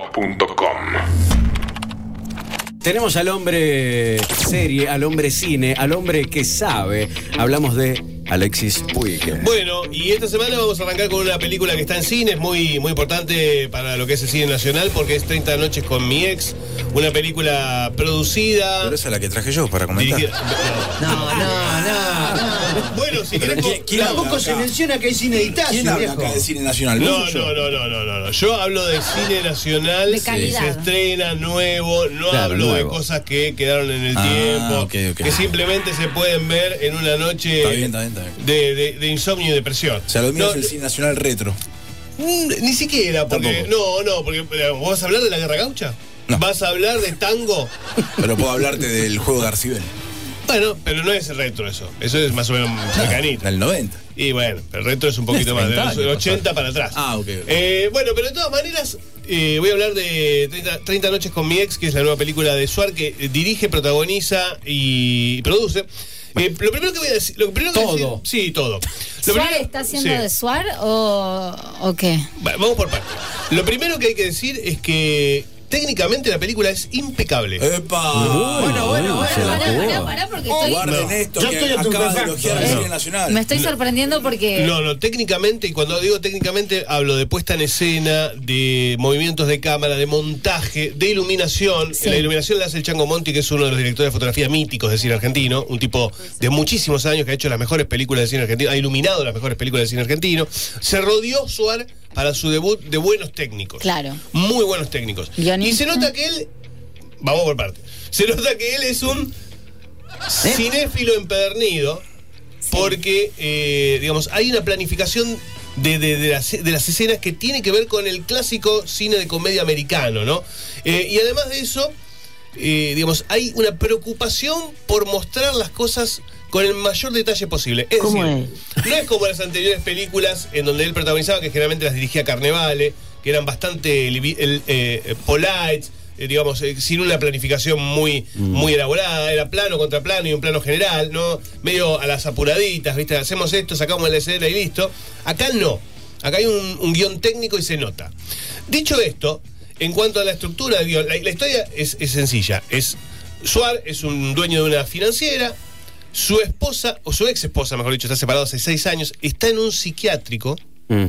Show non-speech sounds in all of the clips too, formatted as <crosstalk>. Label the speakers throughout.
Speaker 1: fmrockandpop.com
Speaker 2: Tenemos al hombre serie, al hombre cine, al hombre que sabe. Hablamos de Alexis Puig.
Speaker 3: Bueno, y esta semana vamos a arrancar con una película que está en cine, es muy, muy importante para lo que es el cine nacional, porque es 30 noches con mi ex, una película producida...
Speaker 4: Pero esa es la que traje yo para comentar.
Speaker 3: dirigida-
Speaker 5: No, no, no. no.
Speaker 3: Bueno, si querés...
Speaker 4: ¿quién- quién
Speaker 3: la-
Speaker 4: habla?
Speaker 5: Tampoco se menciona que hay cine
Speaker 4: ¿Quién
Speaker 5: editacio,
Speaker 4: habla
Speaker 5: viejo.
Speaker 4: acá de cine nacional?
Speaker 3: No,
Speaker 4: ¿Vos o yo?
Speaker 3: no, no, no, no, no, no. Yo hablo de cine nacional,
Speaker 6: De calidad.
Speaker 3: se estrena nuevo, no
Speaker 2: Claro,
Speaker 3: hablo de
Speaker 2: nuevo.
Speaker 3: cosas que quedaron en el
Speaker 4: Ah,
Speaker 3: tiempo,
Speaker 4: ok, ok.
Speaker 3: que simplemente se pueden ver en una noche
Speaker 4: Está bien, está bien, está bien.
Speaker 3: De, de- de insomnio y depresión.
Speaker 4: O sea, lo mío
Speaker 3: No,
Speaker 4: es el cine nacional retro.
Speaker 3: Mm, Ni siquiera, porque. No, no, porque. eh, ¿Vos vas a hablar de la guerra gaucha?
Speaker 4: No.
Speaker 3: ¿Vas a hablar de
Speaker 4: <laughs>
Speaker 3: tango?
Speaker 4: Pero puedo hablarte del juego de Arcibel.
Speaker 3: Bueno, pero no es retro eso. Eso es más o menos cercanito.
Speaker 4: Del 90.
Speaker 3: Y bueno, el retro es un poquito más, de los 80 para atrás.
Speaker 4: Ah, ok, ok.
Speaker 3: Eh, bueno, pero de todas maneras, eh, voy a hablar de 30, 30 Noches con mi ex, que es la nueva película de Suar, que eh, dirige, protagoniza y produce. Eh, lo primero que voy a decir. Lo primero que voy a decir-
Speaker 5: Todo.
Speaker 3: sí, todo. Lo
Speaker 6: ¿Suar
Speaker 3: primero-
Speaker 6: está haciendo
Speaker 3: sí.
Speaker 6: de Suar o, o qué?
Speaker 3: Va- Vamos por partes. Lo primero que hay que decir es que técnicamente la película es impecable.
Speaker 4: ¡Epa!
Speaker 2: Bueno, bueno, bueno,
Speaker 6: Pará,
Speaker 2: la jugó.
Speaker 6: pará, pará, porque
Speaker 4: Oh,
Speaker 6: estoy-
Speaker 4: Guarden
Speaker 3: No.
Speaker 4: esto,
Speaker 5: Yo
Speaker 4: que
Speaker 5: estoy
Speaker 4: acaba de
Speaker 5: estupefacto,
Speaker 4: elogiar el
Speaker 3: ¿eh?
Speaker 4: cine
Speaker 3: No.
Speaker 4: nacional.
Speaker 6: me estoy sorprendiendo porque...
Speaker 3: No, no, técnicamente, y cuando digo técnicamente, hablo de puesta en escena, de movimientos de cámara, de montaje, de iluminación.
Speaker 6: Sí.
Speaker 3: La iluminación la hace el Chango Monti, que es uno de los directores de fotografía míticos del cine argentino, un tipo de muchísimos años que ha hecho las mejores películas del cine argentino, ha iluminado las mejores películas del cine argentino. Se rodeó Suar para su debut de buenos técnicos.
Speaker 6: Claro.
Speaker 3: Muy buenos técnicos.
Speaker 6: Guionista.
Speaker 3: Y se nota que él. Vamos por parte. Se nota que él es un cinéfilo empedernido porque, eh, digamos, hay una planificación de, de- de las, de las escenas que tiene que ver con el clásico cine de comedia americano, ¿no? Eh, y además de eso, eh, digamos, hay una preocupación por mostrar las cosas con el mayor detalle posible. Es decir, no es como las anteriores películas en donde él protagonizaba, que generalmente las dirigía Carnevale, que eran bastante libi- el- eh, eh, polite, eh, digamos, eh, sin una planificación muy, muy elaborada, era plano contra plano y un plano general, ¿no? Medio a las apuraditas, ¿viste? Hacemos esto, sacamos la escena y listo. Acá no. Acá hay un, un guión técnico y se nota. Dicho esto, en cuanto a la estructura del guión, la, la historia es, es sencilla. Es, Suar es un dueño de una financiera, su esposa, o su ex esposa, mejor dicho, está separado hace seis años, está en un psiquiátrico
Speaker 2: Mm.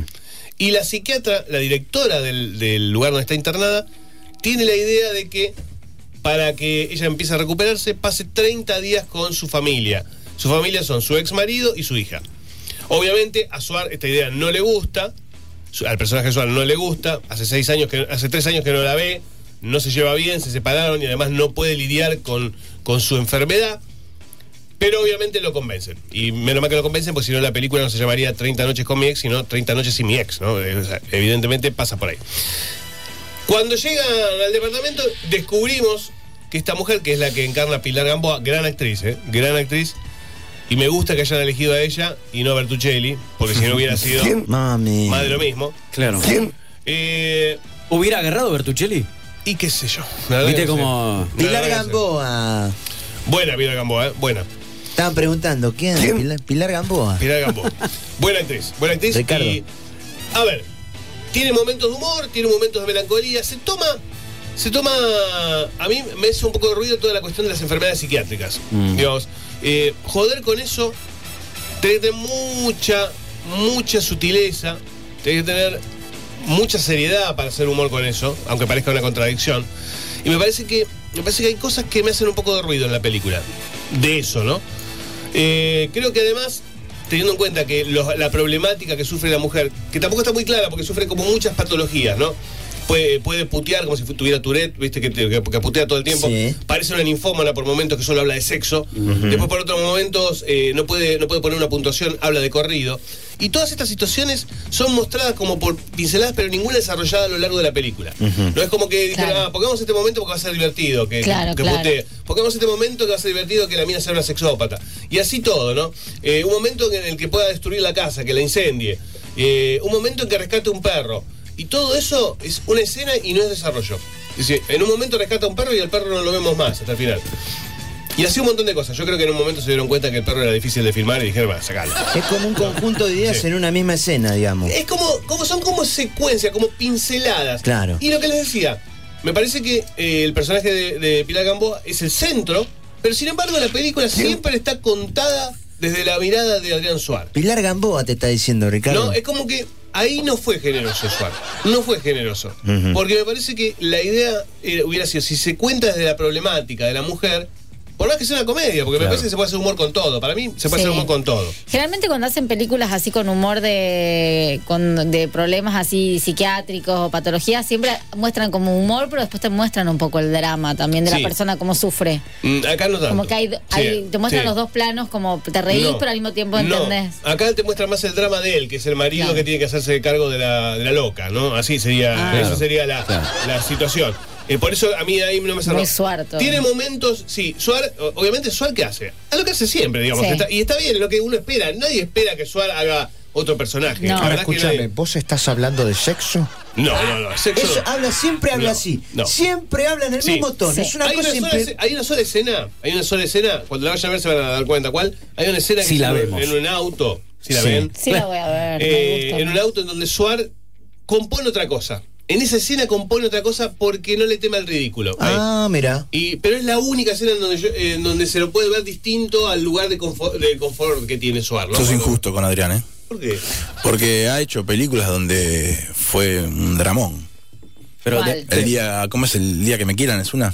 Speaker 3: y la psiquiatra, la directora del, del lugar donde está internada, tiene la idea de que para que ella empiece a recuperarse, pase 30 días con su familia. Su familia son su ex marido y su hija. Obviamente a Suar esta idea no le gusta, su- al personaje de Suar no le gusta, hace seis años que hace tres años que no la ve, no se lleva bien, se separaron y además no puede lidiar con, con su enfermedad. Pero obviamente lo convencen. Y menos mal que lo convencen, porque si no la película no se llamaría 30 noches con mi ex, sino 30 noches sin mi ex, ¿no? Eh, o sea, evidentemente pasa por ahí. Cuando llegan al departamento, descubrimos que esta mujer, que es la que encarna a Pilar Gamboa, gran actriz, ¿eh? Gran actriz. Y me gusta que hayan elegido a ella y no a Bertuccelli, porque si no hubiera sido
Speaker 5: Mami.
Speaker 3: más de lo mismo.
Speaker 2: Claro.
Speaker 3: Eh,
Speaker 2: ¿Hubiera agarrado Bertuccelli?
Speaker 3: y qué sé yo. La verdad
Speaker 2: Viste
Speaker 3: que no sé.
Speaker 2: como.
Speaker 3: La
Speaker 5: Pilar
Speaker 3: verdad que no sé.
Speaker 5: Gamboa.
Speaker 3: Buena Pilar Gamboa, ¿eh? Buena.
Speaker 5: Estaban preguntando, ¿quién? Pilar, Pilar Gamboa.
Speaker 3: Pilar
Speaker 5: <laughs>
Speaker 3: Gamboa. buena actriz, buena actriz.
Speaker 5: Ricardo.
Speaker 3: y- a ver, tiene momentos de humor, tiene momentos de melancolía, se toma... Se toma. A mí me hace un poco de ruido toda la cuestión de las enfermedades psiquiátricas. Digamos, eh, joder con eso, tenés que tener mucha, mucha sutileza, tenés que tener mucha seriedad para hacer humor con eso, aunque parezca una contradicción. Y me parece que, me parece que hay cosas que me hacen un poco de ruido en la película. De eso, ¿no? Eh, creo que además, teniendo en cuenta que los- la problemática que sufre la mujer, que tampoco está muy clara porque sufre como muchas patologías, ¿no? Puede, puede putear como si fu- tuviera Tourette, ¿viste? Que, te- que- que putea todo el tiempo.
Speaker 5: Sí.
Speaker 3: Parece una ninfómana por momentos que solo habla de sexo. Después, por otros momentos, eh, no, puede, no puede poner una puntuación, habla de corrido. Y todas estas situaciones son mostradas como por pinceladas, pero ninguna desarrollada a lo largo de la película. No es como que dijeron,
Speaker 6: Claro.
Speaker 3: ah, pongamos este momento porque va a ser divertido, que,
Speaker 6: Claro,
Speaker 3: que
Speaker 6: claro.
Speaker 3: putee. Pongamos este momento que va a ser divertido que la mina sea una sexópata. Y así todo, ¿no? Eh, un momento en el que pueda destruir la casa, que la incendie. Eh, un momento en que rescate un perro. Y todo eso es una escena y no es desarrollo. Es decir, en un momento rescata un perro y al perro no lo vemos más hasta el final. Y hacía un montón de cosas. Yo creo que en un momento se dieron cuenta que el perro era difícil de filmar y dijeron, va, sacalo.
Speaker 5: Es como un conjunto de ideas
Speaker 3: Sí.
Speaker 5: en una misma escena, digamos.
Speaker 1: Eh.
Speaker 3: Es como, como son como secuencias, como pinceladas.
Speaker 5: Claro.
Speaker 3: Y lo que les decía, me parece que eh, el personaje de, de Pilar Gamboa es el centro, pero sin embargo la película siempre está contada desde la mirada de Adrián Suárez.
Speaker 5: Pilar Gamboa te está diciendo, Ricardo.
Speaker 3: No, es como que ahí no fue generoso Suárez. No fue generoso.
Speaker 5: Ujú.
Speaker 3: Porque me parece que la idea era- hubiera sido, si se cuenta desde la problemática de la mujer, por más que sea una comedia, porque me parece que se puede hacer humor con todo. Para mí se puede
Speaker 6: Sí.
Speaker 3: hacer humor con todo.
Speaker 6: Generalmente cuando hacen películas así con humor de, con- de problemas así psiquiátricos o patologías, siempre muestran como humor, pero después te muestran un poco el drama también de
Speaker 3: Sí.
Speaker 6: la persona, cómo sufre.
Speaker 3: Mm, Acá no tanto.
Speaker 6: Como que hay, hay-
Speaker 3: Sí,
Speaker 6: te muestran
Speaker 3: sí.
Speaker 6: los dos planos, como te reís,
Speaker 3: No.
Speaker 6: pero al mismo tiempo
Speaker 3: No.
Speaker 6: entendés.
Speaker 3: Acá te muestra más el drama de él, que es el marido
Speaker 6: Claro.
Speaker 3: que tiene que hacerse cargo de la, de la loca, ¿no? Así sería,
Speaker 6: Ah.
Speaker 3: eso
Speaker 2: Claro.
Speaker 3: sería la,
Speaker 2: Claro.
Speaker 3: la situación. Eh, por eso a mí ahí no me cerró.
Speaker 6: Muy suarto.
Speaker 3: Tiene momentos, sí, Suar, o- obviamente Suar ¿qué hace? A lo que hace siempre, digamos.
Speaker 6: Sí.
Speaker 3: Está- y está bien, es lo que uno espera. Nadie espera que Suar haga otro personaje.
Speaker 6: No.
Speaker 3: La
Speaker 1: Ahora
Speaker 3: verdad que
Speaker 1: escúchame,
Speaker 3: nadie-
Speaker 1: ¿vos estás hablando de sexo?
Speaker 3: No, no, no, sexo
Speaker 5: Eso
Speaker 3: no.
Speaker 5: habla, siempre habla
Speaker 3: No,
Speaker 5: así.
Speaker 3: no.
Speaker 5: Siempre habla en el
Speaker 3: Sí.
Speaker 5: mismo tono.
Speaker 6: Sí.
Speaker 5: ah, Es una
Speaker 3: hay, una
Speaker 5: cosa
Speaker 3: sola,
Speaker 5: impe-
Speaker 3: escena- hay una sola escena, hay una sola escena, cuando la vayan a ver se van a dar cuenta cuál. Hay una escena que
Speaker 2: Sí
Speaker 3: es
Speaker 2: la
Speaker 3: en un-
Speaker 2: vemos.
Speaker 3: en un auto, si la
Speaker 2: Sí.
Speaker 3: ven.
Speaker 6: Sí, la voy a
Speaker 3: Eh,
Speaker 6: ver. me gusta.
Speaker 3: en un auto en donde Suar compone otra cosa. En esa escena compone otra cosa porque no le tema el ridículo. Ahí.
Speaker 5: Ah, mira.
Speaker 3: Y, pero es la única escena en donde, yo- eh, en donde se lo puede ver distinto al lugar de confort, de confort que tiene Suar. ¿no?
Speaker 4: Sos
Speaker 3: Cuando-
Speaker 4: injusto con Adrián, ¿eh?
Speaker 3: ¿Por qué?
Speaker 4: Porque ha hecho películas donde fue un dramón.
Speaker 2: Pero
Speaker 6: ¿Cuál?
Speaker 4: El día, ¿cómo es el día que me quieran? Es una.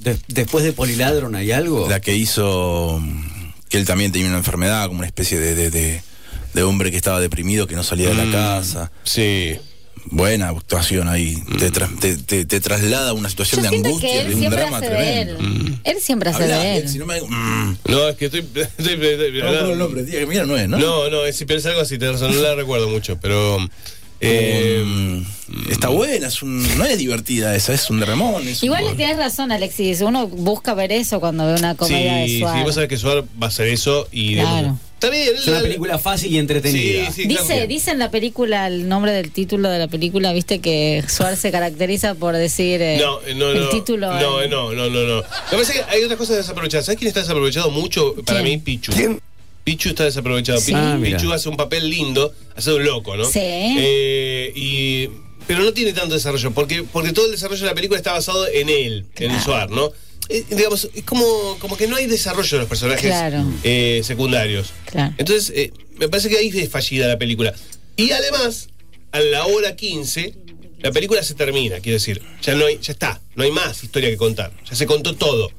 Speaker 2: de- después de Poliladron hay algo.
Speaker 4: La que hizo mm, que él también tenía una enfermedad, como una especie de, de, de- de hombre que estaba deprimido, que no salía
Speaker 3: Mm.
Speaker 4: de la casa.
Speaker 3: Sí.
Speaker 4: Buena actuación ahí. Te, tra- te, te- te traslada a una situación
Speaker 6: Yo
Speaker 4: de
Speaker 6: siento que
Speaker 4: angustia,
Speaker 6: él
Speaker 4: de un
Speaker 6: siempre
Speaker 4: drama
Speaker 6: hace de
Speaker 4: tremendo.
Speaker 6: él. Él siempre hace
Speaker 4: Hablá,
Speaker 6: de
Speaker 4: él,
Speaker 6: él.
Speaker 4: si no me- mm.
Speaker 3: No, es que estoy. <laughs> estoy- estoy- estoy-
Speaker 4: No, no, no, pero el día que me quieran no es, ¿no?
Speaker 3: No, no, es, pero es algo así, tenés razón, no
Speaker 4: <laughs>
Speaker 3: la recuerdo mucho, pero. eh,
Speaker 4: Eh, está buena, es un- no es divertida esa, es un dramón. es un-
Speaker 6: Igual le tienes razón, Alexis. Uno busca ver eso cuando ve una comedia
Speaker 3: sí,
Speaker 6: de
Speaker 3: sí,
Speaker 6: Suárez.
Speaker 3: vos sabés que Suar va a hacer eso y.
Speaker 6: Claro.
Speaker 3: Está bien,
Speaker 2: Es una
Speaker 3: la-
Speaker 2: película fácil y entretenida.
Speaker 3: Sí, sí.
Speaker 6: Dice,
Speaker 3: claro.
Speaker 6: dice en la película el nombre del título de la película, viste que Suárez se caracteriza por decir eh,
Speaker 3: No, no, no.
Speaker 6: el título.
Speaker 3: No,
Speaker 6: al-
Speaker 3: no, no, no, no. Lo que pasa es que hay otras cosas desaprovechadas. ¿Sabes quién está desaprovechado mucho? Para mí,
Speaker 6: ¿Quién?
Speaker 3: Pichu. Pichu está desaprovechado.
Speaker 6: Sí.
Speaker 3: Pichu,
Speaker 2: Ah, mira.
Speaker 3: Pichu hace un papel lindo, hace un loco, ¿no?
Speaker 6: Sí.
Speaker 3: Eh, y, pero no tiene tanto desarrollo, porque, porque todo el desarrollo de la película está basado en él, en el Suar, ¿no? Eh, digamos, es como, como que no hay desarrollo de los personajes
Speaker 6: Claro.
Speaker 3: eh, secundarios.
Speaker 6: Claro.
Speaker 3: Entonces, eh, me parece que ahí es fallida la película. Y además, a la hora 15, la película se termina, quiero decir. Ya no hay, ya está, no hay más historia que contar. Ya se contó todo.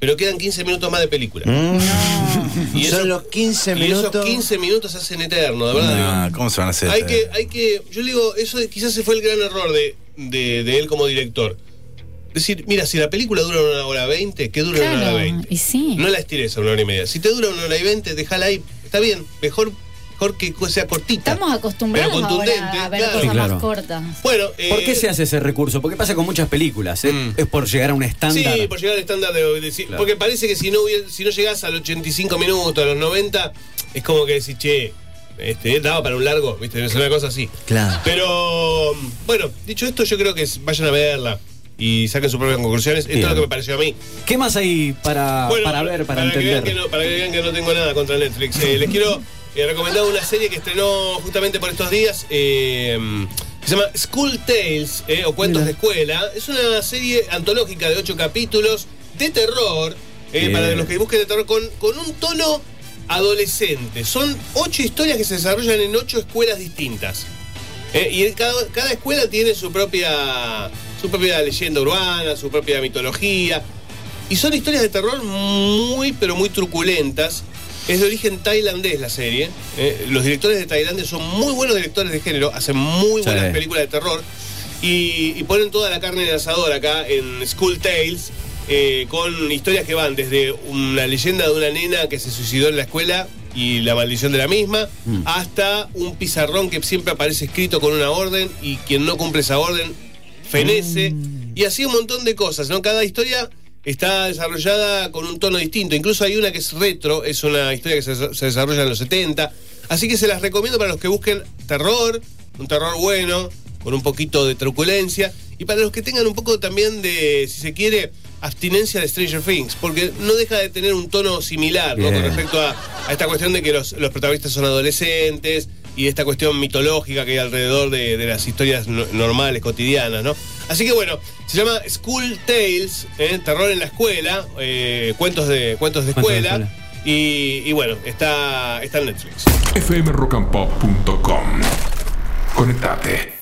Speaker 3: Pero quedan 15 minutos más de película.
Speaker 5: Mm.
Speaker 3: <laughs> Y
Speaker 5: Son
Speaker 3: eso-
Speaker 5: los 15
Speaker 3: y esos
Speaker 5: minutos.
Speaker 3: 15 minutos se hacen eterno, de verdad.
Speaker 4: Nah, ¿Cómo se van a hacer?
Speaker 3: Hay que, hay que, yo le digo, eso de- quizás se fue el gran error de, de- de él como director. Decir, mira, si la película dura una hora veinte, que dura una hora
Speaker 6: Claro,
Speaker 3: veinte.
Speaker 6: y sí.
Speaker 3: No la estires a una hora y media. Si te dura una hora y veinte, déjala ahí. Está bien, mejor, mejor que sea cortita.
Speaker 6: Estamos acostumbrados
Speaker 3: Pero contundente,
Speaker 6: ahora a ver
Speaker 3: claro.
Speaker 6: cosas
Speaker 2: Sí, claro.
Speaker 6: más cortas.
Speaker 3: Bueno,
Speaker 2: ¿Por
Speaker 3: eh,
Speaker 2: qué se hace ese recurso? Porque pasa con muchas películas. ¿eh?
Speaker 3: Mm.
Speaker 2: Es por llegar a un estándar.
Speaker 3: Sí, por llegar al estándar de. de- si-
Speaker 2: Claro.
Speaker 3: Porque parece que si no, hubiera- si no llegás al 85 minutos, a los 90, es como que decís, che, este, daba para un largo, ¿viste? Es una cosa así.
Speaker 5: Claro.
Speaker 3: Pero, bueno, dicho esto, yo creo que s- vayan a verla y saquen sus propias conclusiones. Esto
Speaker 2: Bien.
Speaker 3: es lo que me pareció a mí.
Speaker 2: ¿Qué más hay para,
Speaker 3: Bueno,
Speaker 2: para ver, para,
Speaker 3: que vean
Speaker 2: entender?
Speaker 3: que no- para que vean que no tengo nada contra Netflix. Eh, les quiero eh, recomendar una serie que estrenó justamente por estos días. eh, que se llama School Tales, eh, o Cuentos de Escuela. Es una serie antológica de ocho capítulos de terror. eh,
Speaker 2: Bien.
Speaker 3: para los que busquen de terror, con, con un tono adolescente. Son ocho historias que se desarrollan en ocho escuelas distintas. Eh, y en cada, cada escuela tiene su propia, su propia leyenda urbana, su propia mitología. Y son historias de terror muy, pero muy truculentas. Es de origen tailandés la serie. eh. Los directores de Tailandia son muy buenos directores de género, hacen muy
Speaker 2: Sí.
Speaker 3: buenas películas de terror. Y, y ponen toda la carne en el asador acá en School Tales, eh, con historias que van desde una leyenda de una nena que se suicidó en la escuela y la maldición de la misma, hasta un pizarrón que siempre aparece escrito con una orden y quien no cumple esa orden fenece. Y así un montón de cosas, ¿no? Cada historia está desarrollada con un tono distinto. Incluso hay una que es retro, es una historia que se, se desarrolla en los 70. Así que se las recomiendo para los que busquen terror, un terror bueno, con un poquito de truculencia. Y para los que tengan un poco también de, si se quiere, abstinencia de Stranger Things, porque no deja de tener un tono similar ¿no?
Speaker 2: Bien.
Speaker 3: con respecto a, a esta cuestión de que los, los protagonistas son adolescentes y esta cuestión mitológica que hay alrededor de, de las historias no- normales, cotidianas, ¿no? Así que bueno, se llama School Tales, ¿eh? Terror en la escuela, eh, cuentos, de, cuentos de
Speaker 2: Cuentos de
Speaker 3: escuela. Y, y bueno, está, está en Netflix.
Speaker 7: fmrockandpop.com. Conectate.